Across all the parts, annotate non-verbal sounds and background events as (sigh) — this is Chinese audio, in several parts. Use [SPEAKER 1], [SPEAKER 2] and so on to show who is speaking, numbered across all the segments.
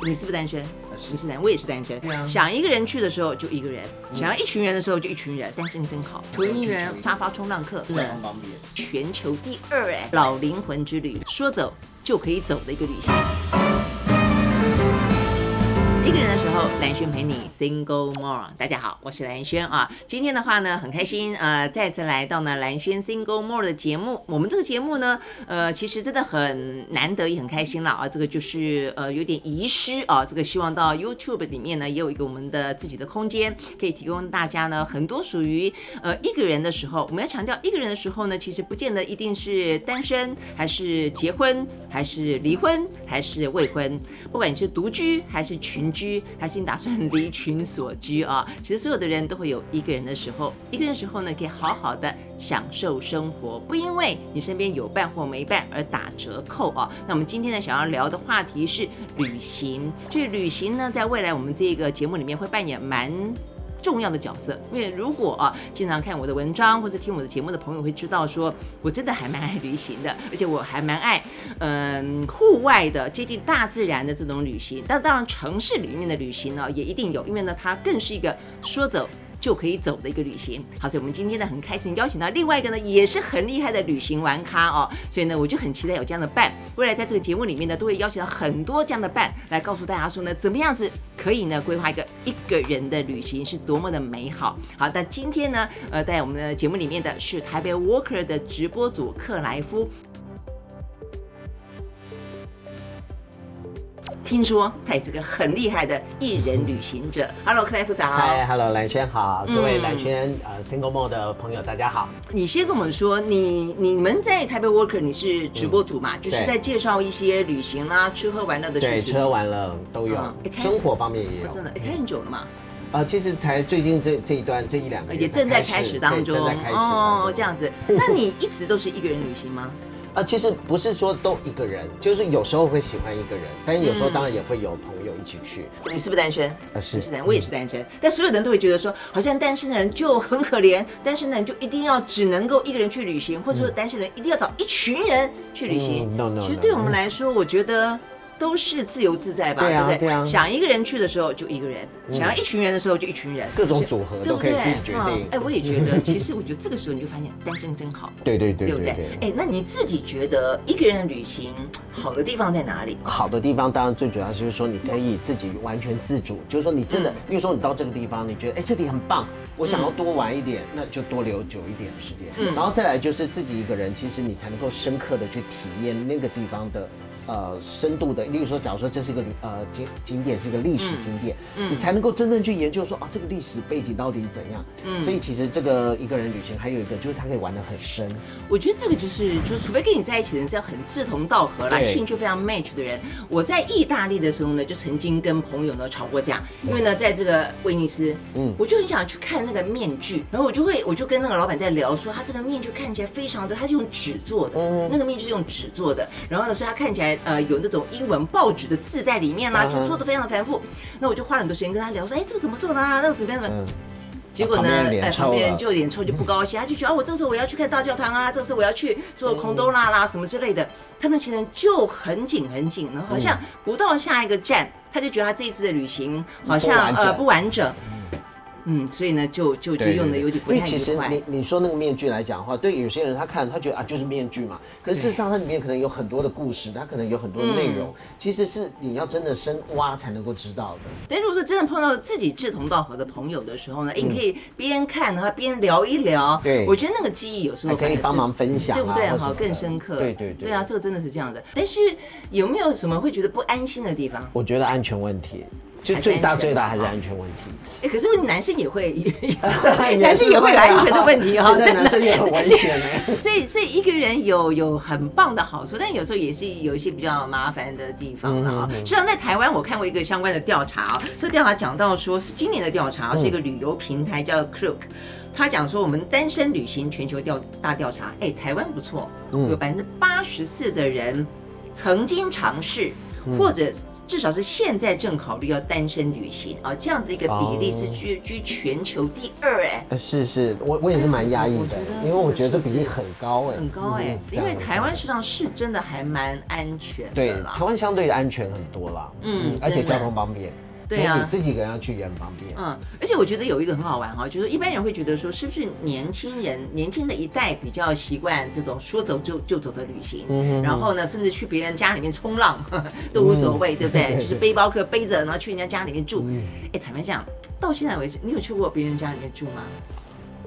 [SPEAKER 1] 你是不是单身？你
[SPEAKER 2] 是
[SPEAKER 1] 呃是单，我也是单身
[SPEAKER 2] 对。啊嗯
[SPEAKER 1] 想一个人去的时候就一个人，想要一群人的时候就一群人。单身真好，
[SPEAKER 2] 我也
[SPEAKER 1] 纯
[SPEAKER 2] 去
[SPEAKER 1] 人
[SPEAKER 2] 纯啊
[SPEAKER 1] 沙发冲浪客，
[SPEAKER 2] 这很方便。
[SPEAKER 1] 全球第二哎，老灵魂之旅，说走就可以走的一个旅行。一个人的时候，蓝轩陪你 Single More。大家好，我是蓝轩啊。今天的话呢，很开心，呃，再次来到呢蓝轩 Single More 的节目。我们这个节目呢，呃，其实真的很难得，也很开心了啊。这个就是呃有点遗失啊，这个希望到 YouTube 里面呢也有一个我们的自己的空间，可以提供大家呢很多属于呃一个人的时候，我们要强调一个人的时候呢，其实不见得一定是单身，还是结婚，还是离婚，还是未婚，不管你是独居还是群居，还是你打算离群所居啊， (laughs) 其实所有的人都会有一个人的时候，一个人的时候呢，可以好好的享受生活，不因为你身边有伴或没伴而打折扣啊。那我们今天呢，想要聊的话题是旅行，所以旅行呢，在未来我们这个节目里面会扮演蛮重要的角色，因为如果啊，经常看我的文章或者听我的节目的朋友会知道说，我真的还蛮爱旅行的，而且我还蛮爱嗯户外的、接近大自然的这种旅行。那当然，城市里面的旅行呢、也一定有，因为呢，它更是一个说走。就可以走的一个旅行。好，所以我们今天呢很开心邀请到另外一个呢也是很厉害的旅行玩咖哦，所以呢我就很期待有这样的伴，未来在这个节目里面呢都会邀请到很多这样的伴来告诉大家说呢怎么样子可以呢规划一个一个人的旅行是多么的美好。好，那今天呢呃在我们的节目里面的是台北 Walker 的直播组克莱夫，听说他也是个很厉害的艺人旅行者。Hello，克莱夫早。
[SPEAKER 2] 嗨，Hello，蓝轩好，各位
[SPEAKER 1] 嗯
[SPEAKER 2] 蓝轩呃 Single Mode 的朋友大家好。
[SPEAKER 1] 你先跟我们说，你你们在台北 Worker 你是直播组嘛？就是在介绍一些旅行啦、吃喝玩乐的
[SPEAKER 2] 对，
[SPEAKER 1] 事
[SPEAKER 2] 吃
[SPEAKER 1] 情。
[SPEAKER 2] 喝玩乐都有
[SPEAKER 1] 嗯，
[SPEAKER 2] 生活方面也
[SPEAKER 1] 我
[SPEAKER 2] 有。
[SPEAKER 1] 真的哎也开很久了嘛，
[SPEAKER 2] 呃，其实才最近这这一段这一两个月
[SPEAKER 1] 哦也正在开始当
[SPEAKER 2] 对
[SPEAKER 1] 中
[SPEAKER 2] 正在开始
[SPEAKER 1] 哦，这
[SPEAKER 2] 样。
[SPEAKER 1] 样子。那你一直都是一个人旅行吗？
[SPEAKER 2] 呃，其实不是说都一个人，就是有时候会喜欢一个人，但有时候当然也会有朋友一起去。
[SPEAKER 1] (laughs) 你是不是单身？
[SPEAKER 2] 呃，
[SPEAKER 1] 你
[SPEAKER 2] 是
[SPEAKER 1] 是单，我也是单身。但所有人都会觉得说，好像单身的人就很可怜，单身的人就一定要只能够一个人去旅行，或者说单身人一定要找一群人去旅行。
[SPEAKER 2] 嗯嗯，no, no,
[SPEAKER 1] 其实
[SPEAKER 2] no,
[SPEAKER 1] 对
[SPEAKER 2] no
[SPEAKER 1] 我们来说，我觉得都是自由自在吧，
[SPEAKER 2] 对啊
[SPEAKER 1] 不对？
[SPEAKER 2] 对啊嗯
[SPEAKER 1] 想一个人去的时候就一个人，想要一群人的时候就一群人，
[SPEAKER 2] 各种组合
[SPEAKER 1] 对
[SPEAKER 2] 都
[SPEAKER 1] 不
[SPEAKER 2] 可以
[SPEAKER 1] 对？
[SPEAKER 2] 自己决
[SPEAKER 1] 嗯
[SPEAKER 2] 定。
[SPEAKER 1] 哎，我也觉
[SPEAKER 2] (laughs)
[SPEAKER 1] 得，其实我觉得这个时候你就发现单身真好，
[SPEAKER 2] 对对对
[SPEAKER 1] 对不
[SPEAKER 2] 对
[SPEAKER 1] 对
[SPEAKER 2] 对？。
[SPEAKER 1] 哎，那你自己觉得一个人的旅行好的地方在哪里？
[SPEAKER 2] 好的地方，当然最主要就是说你可以自己完全自主，就是说你真的，比如说你到这个地方，你觉得哎、这里很棒，我想要多玩一点，那就多留久一点的时间。
[SPEAKER 1] 嗯
[SPEAKER 2] 然后再来就是自己一个人，其实你才能够深刻的去体验那个地方的。呃，深度的，例如说，假如说这是一个旅呃景景点，是一个历史景点，你才能够真正去研究说啊，这个历史背景到底怎样。所以其实这个一个人旅行还有一个就是他可以玩得很深。
[SPEAKER 1] 我觉得这个就是，就除非跟你在一起的人是要很志同道合啦，
[SPEAKER 2] 对
[SPEAKER 1] 兴趣非常 match 的人。我在意大利的时候呢，就曾经跟朋友呢吵过架，因为呢，在这个威尼斯，嗯
[SPEAKER 2] 嗯，
[SPEAKER 1] 我就很想去看那个面具，然后我就会，我就跟那个老板在聊说，他这个面具看起来非常的，他是用纸做的，
[SPEAKER 2] 嗯
[SPEAKER 1] 那个面具是用纸做的，然后呢，所以它看起来呃有那种英文报纸的字在里面啦，
[SPEAKER 2] 嗯哼
[SPEAKER 1] 就做的非常的繁复。那我就花了很多时间跟他聊说，哎，这个怎么做的啊？那个怎么样怎么样？
[SPEAKER 2] 嗯，
[SPEAKER 1] 结果呢，
[SPEAKER 2] 旁边人脸
[SPEAKER 1] 哎，
[SPEAKER 2] 臭
[SPEAKER 1] 旁边人
[SPEAKER 2] 了
[SPEAKER 1] 就有点臭，就不高兴，他就觉得啊，我这个时候我要去看大教堂啊，这个时候我要去做空兜啦啦什么之类的，他们行程就很紧很紧，然后好
[SPEAKER 2] 嗯
[SPEAKER 1] 像不到下一个站，他就觉得他这一次的旅行好像
[SPEAKER 2] 不完整
[SPEAKER 1] 呃不完整，嗯，所以呢就就就
[SPEAKER 2] 对
[SPEAKER 1] 用的有点不太
[SPEAKER 2] 因为其
[SPEAKER 1] 愉
[SPEAKER 2] 实
[SPEAKER 1] 快。
[SPEAKER 2] 你你说那个面具来讲的话，对有些人他看他觉得啊就是面具嘛，可是事实上它里面可能有很多的故事，它可能有很多内
[SPEAKER 1] 嗯
[SPEAKER 2] 容，其实是你要真的深挖才能够知道的。
[SPEAKER 1] 但如果说真的碰到自己志同道合的朋友的时候呢，哎，你可以边看然后边聊一聊，
[SPEAKER 2] 嗯对
[SPEAKER 1] 我觉得那个记忆有时候
[SPEAKER 2] 还可
[SPEAKER 1] 反而
[SPEAKER 2] 以
[SPEAKER 1] 是
[SPEAKER 2] 帮忙分享啊
[SPEAKER 1] 对不对？
[SPEAKER 2] 或什么
[SPEAKER 1] 好，
[SPEAKER 2] 的
[SPEAKER 1] 更深刻，
[SPEAKER 2] 对对对
[SPEAKER 1] 对啊，这个真的是这样的。但是有没有什么会觉得不安心的地方？
[SPEAKER 2] 我觉得安全问题，就
[SPEAKER 1] 还是
[SPEAKER 2] 最大
[SPEAKER 1] 安全
[SPEAKER 2] 最大还是
[SPEAKER 1] 啊
[SPEAKER 2] 安全问
[SPEAKER 1] (laughs)
[SPEAKER 2] 题。
[SPEAKER 1] 哎，可是问题男生也
[SPEAKER 2] (laughs)
[SPEAKER 1] 会， (laughs) 男生也会有安全的问题啊哈、
[SPEAKER 2] 现在男生啊也很啊危
[SPEAKER 1] (laughs)
[SPEAKER 2] 险呢。
[SPEAKER 1] 所以，所以一个人有有很棒的好处，但有时候也是有一些比较麻烦的地方了啊。实际上，在台湾我看过一个相关的调查啊，这调查讲到说是今年的调查啊，是一个旅游平台叫 Klook，他讲说我们单身旅行全球调大调查，哎，台湾不错，有百分之八十四的人曾经尝试或者至少是现在正考虑要单身旅行啊，这样的一个比例是居居全球第二哎。
[SPEAKER 2] 呃是是，我我也是蛮压抑
[SPEAKER 1] 我觉
[SPEAKER 2] 的
[SPEAKER 1] 得，
[SPEAKER 2] 因为我觉得
[SPEAKER 1] 这
[SPEAKER 2] 这
[SPEAKER 1] 个
[SPEAKER 2] 比例很高哎，
[SPEAKER 1] 很高哎、
[SPEAKER 2] 嗯这
[SPEAKER 1] 因
[SPEAKER 2] 样
[SPEAKER 1] 为
[SPEAKER 2] 子
[SPEAKER 1] 台湾市场是真的还蛮安全的
[SPEAKER 2] 对
[SPEAKER 1] 啦
[SPEAKER 2] 台。湾相对安全很多啦，
[SPEAKER 1] 嗯
[SPEAKER 2] 嗯，而且
[SPEAKER 1] 真的
[SPEAKER 2] 交通方便，
[SPEAKER 1] 对啊
[SPEAKER 2] 如果你自己一个人要去也很方便，
[SPEAKER 1] 嗯，而且我觉得有一个很好玩哈、哦，就是一般人会觉得说，是不是年轻人年轻的一代比较习惯这种说走就就走的旅行，
[SPEAKER 2] 嗯
[SPEAKER 1] 然后呢，甚至去别人家里面冲浪 (laughs) 呵呵都无所
[SPEAKER 2] 嗯
[SPEAKER 1] 谓，对不
[SPEAKER 2] (laughs)
[SPEAKER 1] 对？就是背包客背着，然后去人家家里面住。哎、坦白讲，到现在为止，你有去过别人家里面住吗？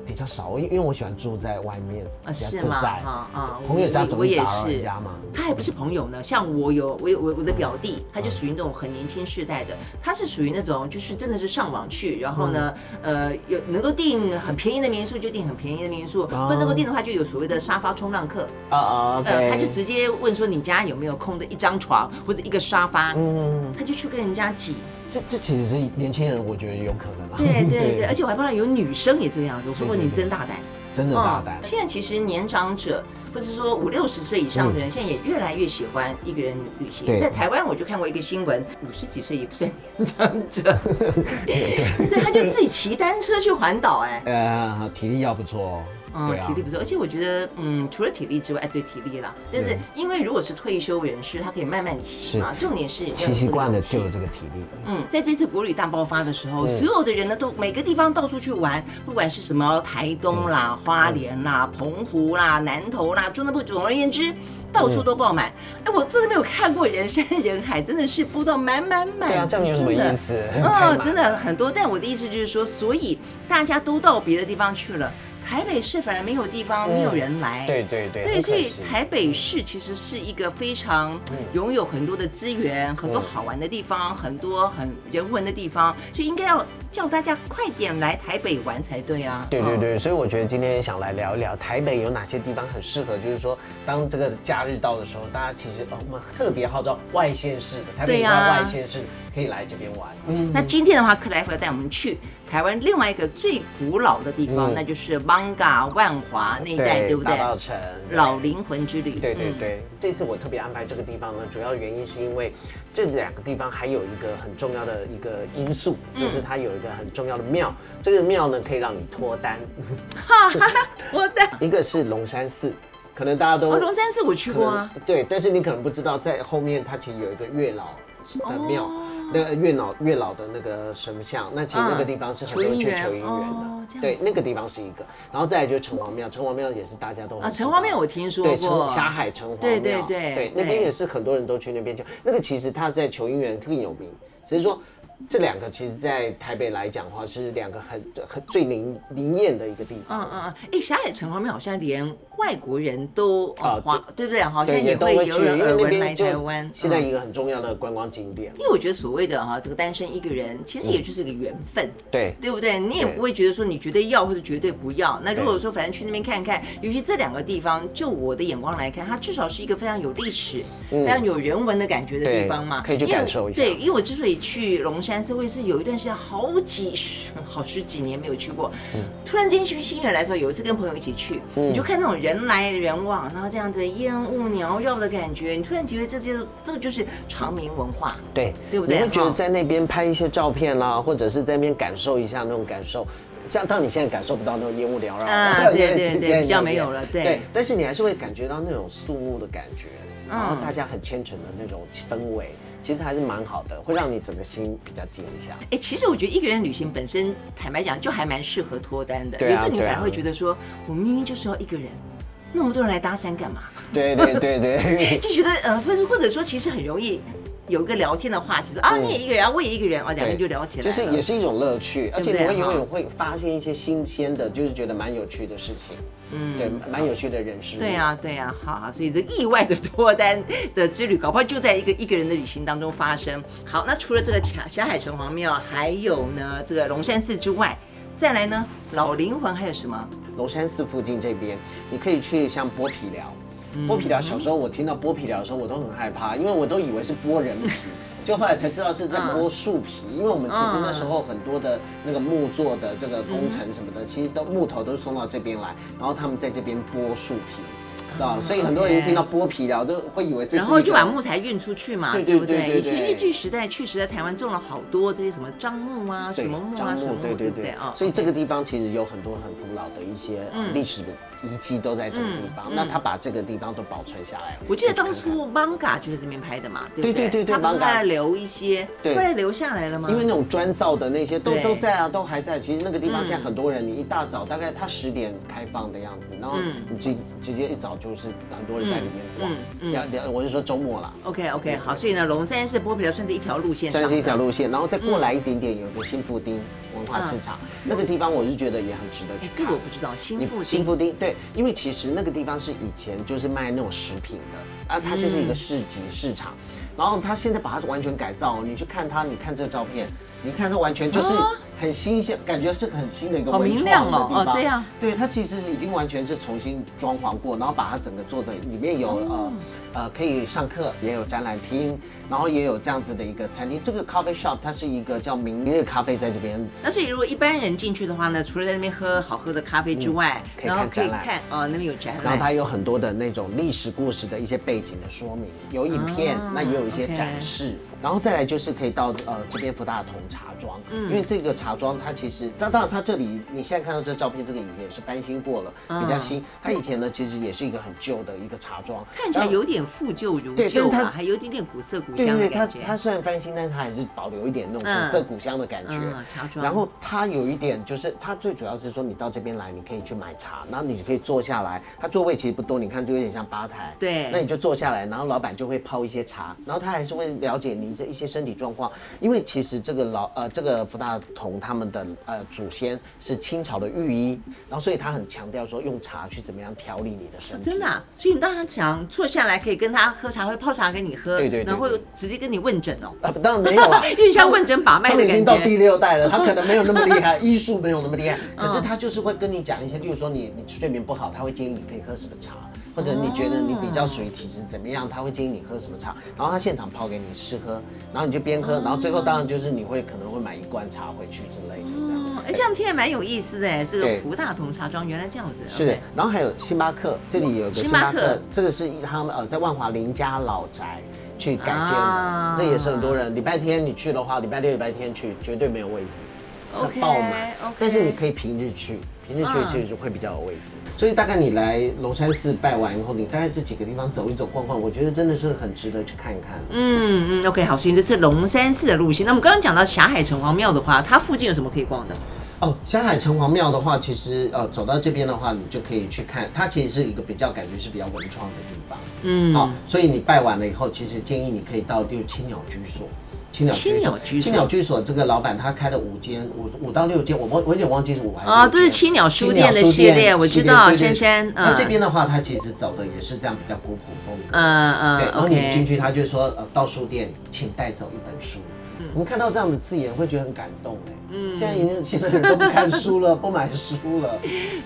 [SPEAKER 2] 比较少，因因为我喜欢住在外面，
[SPEAKER 1] 啊，
[SPEAKER 2] 比较
[SPEAKER 1] 是
[SPEAKER 2] 自
[SPEAKER 1] 吗？
[SPEAKER 2] 在。
[SPEAKER 1] 哈啊，
[SPEAKER 2] 朋友家
[SPEAKER 1] 我
[SPEAKER 2] 总
[SPEAKER 1] 我
[SPEAKER 2] 会
[SPEAKER 1] 也
[SPEAKER 2] 打扰人
[SPEAKER 1] 是。
[SPEAKER 2] 家嘛，
[SPEAKER 1] 他还不是朋友呢，像我有我有我我的表弟，他
[SPEAKER 2] 啊
[SPEAKER 1] 就属于那种很年轻世代的，他是属于那种就是真的是上网去，然后呢，
[SPEAKER 2] 嗯
[SPEAKER 1] 呃，有能够订很便宜的民宿就订很便宜的民宿，
[SPEAKER 2] 哦
[SPEAKER 1] 不能够订的话就有所谓的沙发冲浪客，
[SPEAKER 2] 啊啊
[SPEAKER 1] 呃，
[SPEAKER 2] ，OK，
[SPEAKER 1] 他就直接问说你家有没有空的一张床或者一个沙发，
[SPEAKER 2] 嗯，
[SPEAKER 1] 他就去跟人家
[SPEAKER 2] (laughs)
[SPEAKER 1] 挤，
[SPEAKER 2] 这这其实是年轻人，我觉得有可能啊啦。
[SPEAKER 1] 对
[SPEAKER 2] (laughs)
[SPEAKER 1] 对对，而且我还碰到有女生也这样子，我说
[SPEAKER 2] 对
[SPEAKER 1] 过
[SPEAKER 2] 对
[SPEAKER 1] 你
[SPEAKER 2] 对
[SPEAKER 1] 真大胆。
[SPEAKER 2] 真的大胆
[SPEAKER 1] 嗯。现在其实年长者，或者说五六十岁以上的人，现在也越来越喜欢一个人旅行。
[SPEAKER 2] 嗯对
[SPEAKER 1] 在台湾，我就看过一个新闻，五十几岁也不算年长者，对，他就自己骑单车去环岛，哎。
[SPEAKER 2] (laughs) 呃，体力要不错哦。
[SPEAKER 1] 嗯
[SPEAKER 2] (laughs) 对，啊
[SPEAKER 1] 体力不错，而且我觉得，嗯，除了体力之外，哎，对体力啦，但是
[SPEAKER 2] 对
[SPEAKER 1] 因为如果是退休人士，他可以慢慢骑
[SPEAKER 2] 嗯是
[SPEAKER 1] 嘛，重点是要有
[SPEAKER 2] 骑习惯了
[SPEAKER 1] 这
[SPEAKER 2] 就
[SPEAKER 1] 个
[SPEAKER 2] 有
[SPEAKER 1] 勇气
[SPEAKER 2] 这个体力。
[SPEAKER 1] 嗯，在这次国旅大爆发的时候，
[SPEAKER 2] 嗯
[SPEAKER 1] 所有的人呢都每个地方到处去玩，不管是什么台东啦、
[SPEAKER 2] 嗯
[SPEAKER 1] 花莲啦、澎湖啦、南投啦，中南部，总而言之，到处都爆满。哎，我真的没有看过人山人海，真的是播到满满满。
[SPEAKER 2] 对啊，这样有什么
[SPEAKER 1] 真的
[SPEAKER 2] 意？思？
[SPEAKER 1] 哦，
[SPEAKER 2] 太
[SPEAKER 1] 真
[SPEAKER 2] 满
[SPEAKER 1] 的很多。但我的意思就是说，所以大家都到别的地方去了，台北市反而没有地方，没有人来。
[SPEAKER 2] (laughs) 对对对，
[SPEAKER 1] 对，
[SPEAKER 2] 很
[SPEAKER 1] 所
[SPEAKER 2] 可
[SPEAKER 1] 以
[SPEAKER 2] 惜嗯
[SPEAKER 1] 台北市其实是一个非常拥有很多的资源、很多好玩的地方、很多很人文的地方，所以应该要叫大家快点来台北玩才对啊。
[SPEAKER 2] 对对
[SPEAKER 1] 嗯。
[SPEAKER 2] 对，所以我觉得今天想来聊一聊台北有哪些地方很适合，就是说当这个假日到的时候，大家其实哦，我们特别号召外县市的，台
[SPEAKER 1] 对
[SPEAKER 2] 北以外
[SPEAKER 1] 呀
[SPEAKER 2] 外县市可以来这边玩。嗯，
[SPEAKER 1] 那今天的话，克莱夫要带我们去台湾另外一个最古老的地方，
[SPEAKER 2] 嗯
[SPEAKER 1] 那就是艋舺万华那一带，对不对
[SPEAKER 2] 大？稻城
[SPEAKER 1] 老。灵魂之旅。
[SPEAKER 2] 对对
[SPEAKER 1] 嗯
[SPEAKER 2] 对，这次我特别安排这个地方呢，主要原因是因为这两个地方还有一个很重要的一个因素，
[SPEAKER 1] 嗯
[SPEAKER 2] 就是它有一个很重要的庙，这个庙呢可以让你脱单，
[SPEAKER 1] 我
[SPEAKER 2] (laughs)
[SPEAKER 1] 的
[SPEAKER 2] 一个是龙山寺，可能大家都
[SPEAKER 1] 哦，龙山寺我去
[SPEAKER 2] 可
[SPEAKER 1] 过
[SPEAKER 2] 能
[SPEAKER 1] 啊。
[SPEAKER 2] 对，但是你可能不知道，在后面它其实有一个月老的庙，
[SPEAKER 1] 哦
[SPEAKER 2] 那个月老月老的那个神像，那其实那个地方是很多人去求姻
[SPEAKER 1] 求姻
[SPEAKER 2] 缘
[SPEAKER 1] 缘
[SPEAKER 2] 的，
[SPEAKER 1] 哦这样
[SPEAKER 2] 对，那个地方是一个，然后再来就是城隍庙，城隍庙也是大家都很
[SPEAKER 1] 啊，
[SPEAKER 2] 知
[SPEAKER 1] 城
[SPEAKER 2] 道
[SPEAKER 1] 隍庙我听说
[SPEAKER 2] 对，
[SPEAKER 1] 过
[SPEAKER 2] 城。霞海城隍庙，
[SPEAKER 1] 对对对
[SPEAKER 2] 对，那
[SPEAKER 1] 对
[SPEAKER 2] 边也是很多人都去那边求。那个其实它在求姻缘更有名，只是说这两个其实在台北来讲的话，是两个很很最灵灵验的一个地方。
[SPEAKER 1] 嗯嗯嗯，哎，霞海城隍庙好像连外国人都
[SPEAKER 2] 啊
[SPEAKER 1] 呃华，对不对？好像
[SPEAKER 2] 对，也
[SPEAKER 1] 也
[SPEAKER 2] 都
[SPEAKER 1] 会
[SPEAKER 2] 会
[SPEAKER 1] 有
[SPEAKER 2] 去，
[SPEAKER 1] 人
[SPEAKER 2] 因为
[SPEAKER 1] 耳
[SPEAKER 2] 那
[SPEAKER 1] 闻来
[SPEAKER 2] 边就
[SPEAKER 1] 台湾。
[SPEAKER 2] 现在
[SPEAKER 1] 嗯
[SPEAKER 2] 一个很重要的观光景点。
[SPEAKER 1] 因为我觉得所谓的哈、这个单身一个人，其
[SPEAKER 2] 嗯
[SPEAKER 1] 实也就是个缘分。
[SPEAKER 2] 对，
[SPEAKER 1] 对不对？你也
[SPEAKER 2] 对
[SPEAKER 1] 不会觉得说你绝对要或者绝对不要。那如果
[SPEAKER 2] 对
[SPEAKER 1] 说反正去那边看看，尤其这两个地方，就我的眼光来看，它至少是一个非常有历史、非常有人文的感觉的地
[SPEAKER 2] 嗯对
[SPEAKER 1] 方嘛，
[SPEAKER 2] 可以去
[SPEAKER 1] 因为
[SPEAKER 2] 感受一下
[SPEAKER 1] 对，因为我之所以去龙山寺，会是有一段时间好几十、好十几年没有去过，
[SPEAKER 2] 嗯
[SPEAKER 1] 突然间去新月来的时候，有一次跟朋友一起去，你就看那种人来人往，然后这样子烟雾缭绕的感觉，你突然觉得这就这个就是长明文化。
[SPEAKER 2] 对，
[SPEAKER 1] 对不对
[SPEAKER 2] 你会觉
[SPEAKER 1] 哈
[SPEAKER 2] 得在那边拍一些照片啦，或者是在那边感受一下那种感受。像到你现在感受不到那种烟雾缭绕， (laughs)
[SPEAKER 1] 啊对对
[SPEAKER 2] 因为
[SPEAKER 1] 对
[SPEAKER 2] 现在
[SPEAKER 1] 比较
[SPEAKER 2] 有点
[SPEAKER 1] 没有了对
[SPEAKER 2] 对，但是你还是会感觉到那种肃穆的感觉，
[SPEAKER 1] 嗯
[SPEAKER 2] 然后大家很虔诚的那种氛围，其实还是蛮好的，会让你整个心比较静一下。
[SPEAKER 1] 哎、其实我觉得一个人旅行本身，坦白讲，就还蛮适合脱单的。
[SPEAKER 2] 对啊
[SPEAKER 1] 有时候你
[SPEAKER 2] 对啊
[SPEAKER 1] 反而会觉得说，我明明就是要一个人，那么多人来搭讪干嘛？ (laughs)
[SPEAKER 2] 对对对对，
[SPEAKER 1] 就觉得呃，或者或者说，其实很容易有一个聊天的话题，说啊，你也一个人啊，我也一个人 (laughs) 啊，两个人就聊起来
[SPEAKER 2] 嗯就
[SPEAKER 1] 了。
[SPEAKER 2] 是也是一种乐趣，而且
[SPEAKER 1] 对
[SPEAKER 2] 你会
[SPEAKER 1] 哈
[SPEAKER 2] 永远会发现一些新鲜的，就是觉得蛮有趣的事情，嗯，对，蛮有趣的人事物。
[SPEAKER 1] 对啊，对啊，好好，所以这意外的脱单的之旅，搞不好就在一个一个人的旅行当中发生。好，那除了这个霞霞海城隍庙，还有呢这个龙山寺之外，再来呢老灵魂还有什么？
[SPEAKER 2] 龙山寺附近这边，你可以去像剥皮寮。
[SPEAKER 1] 嗯
[SPEAKER 2] 剥皮寮，小时候我听到剥皮寮的时候，我都很害怕，因为我都以为是剥人皮，就后来才知道是在剥树皮。因为我们其实那时候很多的那个木做的这个工程什么的，其实都木头都送到这边来，然后他们在这边剥树皮。知道所以很多人听到剥皮寮都会以为这
[SPEAKER 1] 嗯
[SPEAKER 2] 是一
[SPEAKER 1] 然
[SPEAKER 2] 个
[SPEAKER 1] 后就把木材运出去嘛，
[SPEAKER 2] 对
[SPEAKER 1] 对
[SPEAKER 2] 对
[SPEAKER 1] 不
[SPEAKER 2] 对对
[SPEAKER 1] 对？
[SPEAKER 2] 对
[SPEAKER 1] 以前日据时代确实在台湾种了好多这些什么樟木啊、
[SPEAKER 2] 对
[SPEAKER 1] 什么木啊、
[SPEAKER 2] 樟
[SPEAKER 1] 什么木，
[SPEAKER 2] 对对
[SPEAKER 1] 不对啊？
[SPEAKER 2] 所以这个地方其实有很多很古老的一些呃历史的遗迹都在这个地方。那他把这个地方都保存下来。
[SPEAKER 1] 嗯我记得
[SPEAKER 2] 可以
[SPEAKER 1] 当
[SPEAKER 2] 看看
[SPEAKER 1] 初 Manga 就在这边拍的嘛，对不
[SPEAKER 2] 对对对对
[SPEAKER 1] 他不是
[SPEAKER 2] Manga
[SPEAKER 1] 还留一些，
[SPEAKER 2] 对
[SPEAKER 1] 后来留下来了吗？
[SPEAKER 2] 因为那种砖造的那些都
[SPEAKER 1] 嗯对嗯
[SPEAKER 2] 都在啊，都还在。其实那个地方现在很多人，你一大早大概他十点开放的样子，然后你直直接一早就是很多人在里
[SPEAKER 1] 嗯嗯嗯
[SPEAKER 2] 面逛。要要，我是说周末啦。
[SPEAKER 1] OK OK 好，所以呢，龙山寺剥皮寮算是一条路线上嗯
[SPEAKER 2] 算
[SPEAKER 1] 的，
[SPEAKER 2] 是一条路线，然后再过来一点点，有一个新富町文化市场，那个地方我是觉得也很值得
[SPEAKER 1] 嗯
[SPEAKER 2] 去
[SPEAKER 1] 哎。这
[SPEAKER 2] 看
[SPEAKER 1] 个。我不知道，新
[SPEAKER 2] 你
[SPEAKER 1] 富
[SPEAKER 2] 新
[SPEAKER 1] 町
[SPEAKER 2] 福町对，因为其实那个地方是以前就是卖那种食品的，啊，它就是一个
[SPEAKER 1] 嗯
[SPEAKER 2] 市集市场，然后它现在把它完全改造哦，你去看它，你看这个照片，你看它完全就是
[SPEAKER 1] 啊
[SPEAKER 2] 很新鲜，感觉是很新的一个
[SPEAKER 1] 好
[SPEAKER 2] 文
[SPEAKER 1] 明
[SPEAKER 2] 创
[SPEAKER 1] 亮
[SPEAKER 2] 的
[SPEAKER 1] 哦
[SPEAKER 2] 地
[SPEAKER 1] 哦
[SPEAKER 2] 方，
[SPEAKER 1] 对啊
[SPEAKER 2] 对，它其实已经完全是重新装潢过，然后把它整个做的里面有
[SPEAKER 1] 哦
[SPEAKER 2] 呃呃可以上课，也有展览厅，然后也有这样子的一个餐厅，这个 coffee shop 它是一个叫明日咖啡在这边
[SPEAKER 1] 那所以如果一般人进去的话呢，除了在那边喝好喝的咖啡之外，
[SPEAKER 2] 嗯可以
[SPEAKER 1] 然后
[SPEAKER 2] 看
[SPEAKER 1] 可以
[SPEAKER 2] 展览
[SPEAKER 1] 看哦，那边有展
[SPEAKER 2] 然后它
[SPEAKER 1] 览，
[SPEAKER 2] 有很多的那种历史故事的一些背景的说明，有影片，
[SPEAKER 1] 啊
[SPEAKER 2] 那也有一些
[SPEAKER 1] OK
[SPEAKER 2] 展示。然后再来就是可以到呃这边福大同茶庄，
[SPEAKER 1] 嗯
[SPEAKER 2] 因为这个茶庄它其实，当当然它这里你现在看到这照片，这个以前也是翻新过了，比
[SPEAKER 1] 嗯
[SPEAKER 2] 较新。它以前呢其实也是一个很旧的一个茶庄，
[SPEAKER 1] 看起来有点复旧如
[SPEAKER 2] 嗯对但
[SPEAKER 1] 旧
[SPEAKER 2] 是它
[SPEAKER 1] 啊，还有一点点古色古
[SPEAKER 2] 对
[SPEAKER 1] 香
[SPEAKER 2] 对
[SPEAKER 1] 的
[SPEAKER 2] 对，它
[SPEAKER 1] 感觉。
[SPEAKER 2] 它虽然翻新，但是它还是保留一点那种
[SPEAKER 1] 嗯
[SPEAKER 2] 古色古香的感觉。
[SPEAKER 1] 嗯茶庄
[SPEAKER 2] 然后它有一点就是，它最主要是说你到这边来，你可以去买茶，然后你可以坐下来。它座位其实不多，你看就有点像吧台。
[SPEAKER 1] 对
[SPEAKER 2] 那你就坐下来，然后老板就会泡一些茶，然后他还是会了解您这一些身体状况，因为其实这个老呃这个福大同他们的呃祖先是清朝的御医，然后所以他很强调说用茶去怎么样调理你的身体。
[SPEAKER 1] 真的啊、所以你当他想坐下来，可以跟他喝茶，会泡茶给你喝，
[SPEAKER 2] 对对对
[SPEAKER 1] 然后
[SPEAKER 2] 对
[SPEAKER 1] 直接跟你问诊哦，，
[SPEAKER 2] 啊，不当然没有
[SPEAKER 1] (laughs)
[SPEAKER 2] 啦
[SPEAKER 1] 有点像问诊把脉
[SPEAKER 2] 他
[SPEAKER 1] 的
[SPEAKER 2] 们已经
[SPEAKER 1] 感
[SPEAKER 2] 到
[SPEAKER 1] 觉。
[SPEAKER 2] 第六嗯代了，他可能没有那么厉 (laughs) 害，医术没有那么厉害，可是他就是会跟你讲一些，例如说你你睡眠不好，他会建议你可以喝什么茶，或者你觉得你比较属于体质怎么样，他会建议你喝什么茶，然后他现场泡给你试喝，然后你就边喝，然后最后当然就是你会可能会买一罐茶回去之类的这样。
[SPEAKER 1] 哦，哎，这样听也蛮有意思的哎，这个
[SPEAKER 2] 对
[SPEAKER 1] 福大同茶庄原来这样子。啊
[SPEAKER 2] 是
[SPEAKER 1] OK，
[SPEAKER 2] 然后还有星巴克，这里有个
[SPEAKER 1] 星
[SPEAKER 2] 星
[SPEAKER 1] 巴
[SPEAKER 2] 巴
[SPEAKER 1] 克
[SPEAKER 2] 克，这个是他们呃在万华林家老宅去改建
[SPEAKER 1] 啊
[SPEAKER 2] 的，这也是很多人礼拜天你去的话，礼拜六、礼拜天去绝对没有位置。
[SPEAKER 1] OK，
[SPEAKER 2] 爆满
[SPEAKER 1] OK
[SPEAKER 2] 但是你可以平日去，平日
[SPEAKER 1] 嗯
[SPEAKER 2] 去其实会比较有位置。所以大概你来龙山寺拜完以后，你大概这几个地方走一走、逛逛，我觉得真的是很值得去看一看。
[SPEAKER 1] 嗯嗯，OK，好，所以这是龙山寺的路线。那我们刚刚讲到霞海城隍庙的话，它附近有什么可以逛的？
[SPEAKER 2] 哦，霞海城隍庙的话，其实呃走到这边的话，你就可以去看，它其实是一个比较感觉是比较文创的地方。
[SPEAKER 1] 嗯，
[SPEAKER 2] 好、哦所以你拜完了以后，其实建议你可以到六青鸟居所。青鸟
[SPEAKER 1] 青
[SPEAKER 2] 居
[SPEAKER 1] 鸟
[SPEAKER 2] 所，
[SPEAKER 1] 居所
[SPEAKER 2] 青鸟居所这个老板他开了五间，五五到六间，我忘我有点忘记是五还是
[SPEAKER 1] 啊
[SPEAKER 2] 六
[SPEAKER 1] 都是
[SPEAKER 2] 间
[SPEAKER 1] 青鸟书
[SPEAKER 2] 青鸟
[SPEAKER 1] 店的
[SPEAKER 2] 书
[SPEAKER 1] 系列我
[SPEAKER 2] 系
[SPEAKER 1] 知道
[SPEAKER 2] 对
[SPEAKER 1] 珊
[SPEAKER 2] 对对
[SPEAKER 1] 珊
[SPEAKER 2] 那
[SPEAKER 1] 嗯
[SPEAKER 2] 这边的话，他其实走的也是这样比较古朴风格。
[SPEAKER 1] 嗯
[SPEAKER 2] 对
[SPEAKER 1] 嗯，
[SPEAKER 2] 然后你进
[SPEAKER 1] ，OK，
[SPEAKER 2] 去，他就说，呃，到书店，请带走一本书。
[SPEAKER 1] 嗯
[SPEAKER 2] 我们看到这样的字眼，会觉得很感动哎。嗯，现在已经现在人都不看书了， (laughs) 不买书了。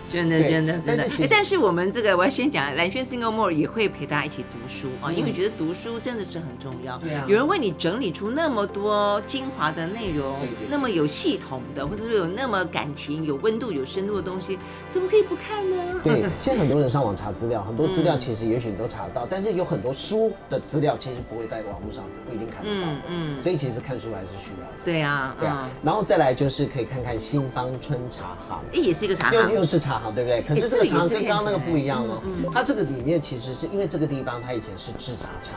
[SPEAKER 1] 真的
[SPEAKER 2] 对
[SPEAKER 1] 真的真
[SPEAKER 2] 但
[SPEAKER 1] 的
[SPEAKER 2] 是其。实
[SPEAKER 1] 哎但是我们这个我要先讲，蓝轩 Single More 也会陪大家一起读书啊，因为觉得读书真的是很重要。
[SPEAKER 2] 嗯对啊
[SPEAKER 1] 有人为你整理出那么多精华的内容
[SPEAKER 2] 对对，
[SPEAKER 1] 那么有系统的，或者是有那么感情、有温度、有深度的东西，怎么可以不看呢？
[SPEAKER 2] 对，现在很多人上网查资料，很多资料
[SPEAKER 1] 嗯
[SPEAKER 2] 其实也许你都查得到，但是有很多书的资料其实不会在网络上是不一定看得到的。
[SPEAKER 1] 嗯嗯
[SPEAKER 2] 所以其实看书还是需要的。
[SPEAKER 1] 对啊，
[SPEAKER 2] 对啊，然后再来就是可以看看新芳春茶行。
[SPEAKER 1] 嗯，哎，也是一个茶
[SPEAKER 2] 又
[SPEAKER 1] 行。
[SPEAKER 2] 又是茶行，对不对？可
[SPEAKER 1] 欸
[SPEAKER 2] 是这
[SPEAKER 1] 这个
[SPEAKER 2] 个
[SPEAKER 1] 也
[SPEAKER 2] 茶行
[SPEAKER 1] 是
[SPEAKER 2] 跟刚刚那个不一样哦
[SPEAKER 1] 看起来嗯嗯。
[SPEAKER 2] 它这个里面其实是因为这个地方它以前是制茶厂，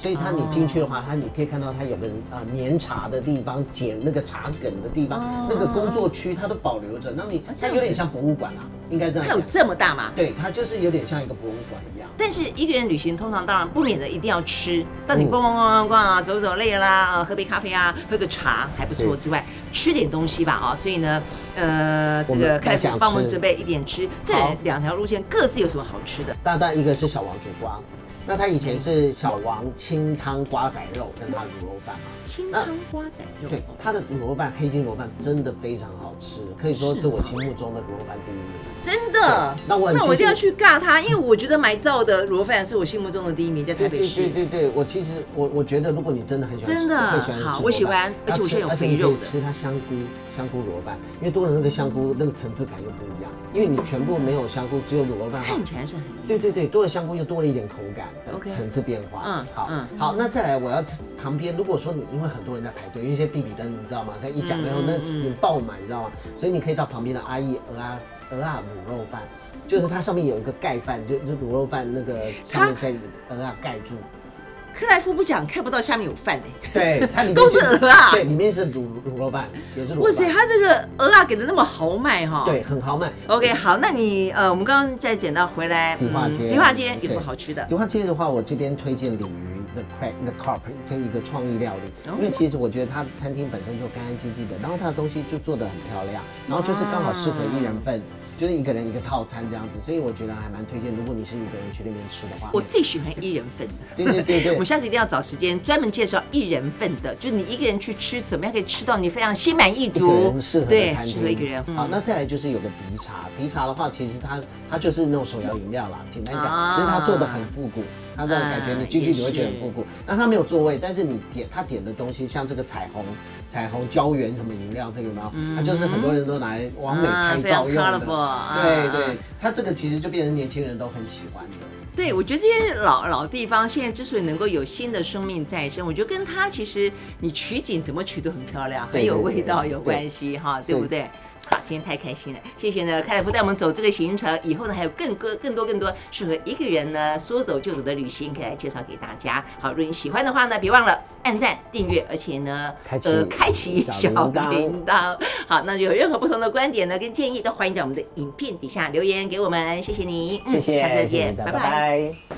[SPEAKER 2] 所以它
[SPEAKER 1] 哦
[SPEAKER 2] 你进去的话，它你可以看到它有个啊碾茶的地方、剪那个茶梗的地
[SPEAKER 1] 哦
[SPEAKER 2] 方，那个工作区它都保留着，那你
[SPEAKER 1] 这
[SPEAKER 2] 它
[SPEAKER 1] 样
[SPEAKER 2] 有点
[SPEAKER 1] 子
[SPEAKER 2] 像博物馆啊，应该这样
[SPEAKER 1] 它有
[SPEAKER 2] 讲。
[SPEAKER 1] 这么大吗？
[SPEAKER 2] 对，它就是有点像一个博物馆一样。
[SPEAKER 1] 但是一个人旅行，通常当然不免的一定要吃。但你
[SPEAKER 2] 嗯
[SPEAKER 1] 逛逛逛逛逛啊，走走累了啦，呃喝杯咖啡啊，喝个茶还不错
[SPEAKER 2] 对
[SPEAKER 1] 之外，吃点东西吧啊。所以呢，呃，这
[SPEAKER 2] 我们
[SPEAKER 1] 个
[SPEAKER 2] 该
[SPEAKER 1] 开始
[SPEAKER 2] 讲
[SPEAKER 1] 帮我们
[SPEAKER 2] 吃
[SPEAKER 1] 准备一点吃。这
[SPEAKER 2] 好
[SPEAKER 1] 两条路线各自有什么好吃的？
[SPEAKER 2] 大大一个是小王煮瓜，那他以前是小王清汤瓜仔肉跟他卤肉饭嘛，
[SPEAKER 1] 清汤瓜仔肉，
[SPEAKER 2] 对，他的卤肉饭黑金卤肉饭真的非常好吃，可以说是我心目中的卤肉饭第一名。
[SPEAKER 1] 真的。
[SPEAKER 2] 那我很
[SPEAKER 1] 那我就
[SPEAKER 2] 庆幸
[SPEAKER 1] 要去尬他，因为我觉得买造的卤肉饭是我心目中的第一名，在台
[SPEAKER 2] 对
[SPEAKER 1] 北
[SPEAKER 2] 对对
[SPEAKER 1] 市。
[SPEAKER 2] 对对，我其实我我觉得，如果你真的很喜欢吃，
[SPEAKER 1] 真的
[SPEAKER 2] 最喜欢吃
[SPEAKER 1] 好
[SPEAKER 2] 卤
[SPEAKER 1] 我喜
[SPEAKER 2] 肉饭
[SPEAKER 1] 欢而且我
[SPEAKER 2] 它
[SPEAKER 1] 是
[SPEAKER 2] 吃
[SPEAKER 1] 有
[SPEAKER 2] 而且
[SPEAKER 1] 肥
[SPEAKER 2] 你可
[SPEAKER 1] 肉
[SPEAKER 2] 以
[SPEAKER 1] 的
[SPEAKER 2] 吃它香菇香菇卤肉饭，因为多了那个香菇那个层次感就不一样，因为你全部没有香菇，只有卤肉饭的话
[SPEAKER 1] 看起来是很
[SPEAKER 2] 对对对，多了香菇又多了一点口感
[SPEAKER 1] OK
[SPEAKER 2] 的层次变化。
[SPEAKER 1] 嗯
[SPEAKER 2] 嗯，好，
[SPEAKER 1] 嗯
[SPEAKER 2] 好，那再来我要旁边，如果说你因为很多人在排队，因为一些必比登你知道吗？它一讲
[SPEAKER 1] 嗯
[SPEAKER 2] 然后那
[SPEAKER 1] 嗯
[SPEAKER 2] 是
[SPEAKER 1] 嗯
[SPEAKER 2] 爆满，你知道吗？所以你可以到旁边的阿姨鹅啊鹅啊卤肉饭，就是它上面有一个盖饭，就就卤肉饭那个上面再鹅啊盖
[SPEAKER 1] (laughs)
[SPEAKER 2] 住。
[SPEAKER 1] 克莱夫不讲，看不到下面有饭哎、
[SPEAKER 2] 对，它里面
[SPEAKER 1] 都是鹅啊
[SPEAKER 2] 对，里面是卤卤肉饭，也是卤
[SPEAKER 1] 哇
[SPEAKER 2] 肉
[SPEAKER 1] 塞，
[SPEAKER 2] 饭。
[SPEAKER 1] 他这个鹅啊给的那么豪迈哈、。
[SPEAKER 2] 对，很豪迈。
[SPEAKER 1] OK，好，那你呃，我们刚刚再捡到回来，嗯
[SPEAKER 2] 迪化街，
[SPEAKER 1] 迪化街有什么
[SPEAKER 2] 对
[SPEAKER 1] 好吃的？
[SPEAKER 2] 迪化街的话，我这边推荐鲤鱼 The Crab The Carp 这一个创意料理
[SPEAKER 1] 哦，
[SPEAKER 2] 因为其实我觉得它餐厅本身就干干净净的，然后它的东西就做得很漂
[SPEAKER 1] 啊
[SPEAKER 2] 亮，然后就是刚好适合一人份，就是一个人一个套餐这样子，所以我觉得还蛮推荐。如果你是一个人去那边吃的话，
[SPEAKER 1] 我最喜欢一人份的。
[SPEAKER 2] 对对对对
[SPEAKER 1] (laughs) 我们下次一定要找时间专门介绍一人份的，就你一个人去吃，怎么样可以吃到你非常心满意
[SPEAKER 2] 一个
[SPEAKER 1] 足
[SPEAKER 2] 人适，合的
[SPEAKER 1] 对，
[SPEAKER 2] 餐
[SPEAKER 1] 适合一个人嗯
[SPEAKER 2] 厅。。好，那再来就是有个迪茶，迪茶的话，其实它它就是那种手摇饮料啦，简单
[SPEAKER 1] 啊
[SPEAKER 2] 讲，其实它做的很复古，它让人感觉
[SPEAKER 1] 啊
[SPEAKER 2] 你进去你会觉
[SPEAKER 1] 也
[SPEAKER 2] 得很
[SPEAKER 1] 是
[SPEAKER 2] 复古。那它没有座位，但是你点它点的东西，像这个彩虹彩虹胶原什么饮料这个嘛，它就是很多人都拿来完美
[SPEAKER 1] 啊
[SPEAKER 2] 拍照
[SPEAKER 1] 嗯
[SPEAKER 2] 用
[SPEAKER 1] 非常
[SPEAKER 2] 的。
[SPEAKER 1] colorful，啊
[SPEAKER 2] 对对，它这个其实就变成年轻人都很喜欢的。
[SPEAKER 1] 对，我觉得这些老老地方现在之所以能够有新的生命再生，我觉得跟它其实你取景怎么取都很漂亮，很
[SPEAKER 2] 对对
[SPEAKER 1] 有
[SPEAKER 2] 对
[SPEAKER 1] 味道
[SPEAKER 2] 对
[SPEAKER 1] 有
[SPEAKER 2] 对
[SPEAKER 1] 关系哈，对不
[SPEAKER 2] 是
[SPEAKER 1] 对？好，今天太开心了，谢谢呢，凯尔夫带我们走这个行程，以后呢还有更多更多更多适合一个人呢说走就走的旅行，可以来介绍给大家。好，如果你喜欢的话呢，别忘了按赞、订阅，而且呢，呃开
[SPEAKER 2] 开启
[SPEAKER 1] 启小
[SPEAKER 2] 小铃铛
[SPEAKER 1] 铃铛。好，那有任何不同的观点呢跟建议，都欢迎在我们的影片底下留言给我们，谢谢你，嗯
[SPEAKER 2] 谢谢，
[SPEAKER 1] 下次再
[SPEAKER 2] 谢谢
[SPEAKER 1] 见，
[SPEAKER 2] 大家
[SPEAKER 1] 拜拜
[SPEAKER 2] 拜拜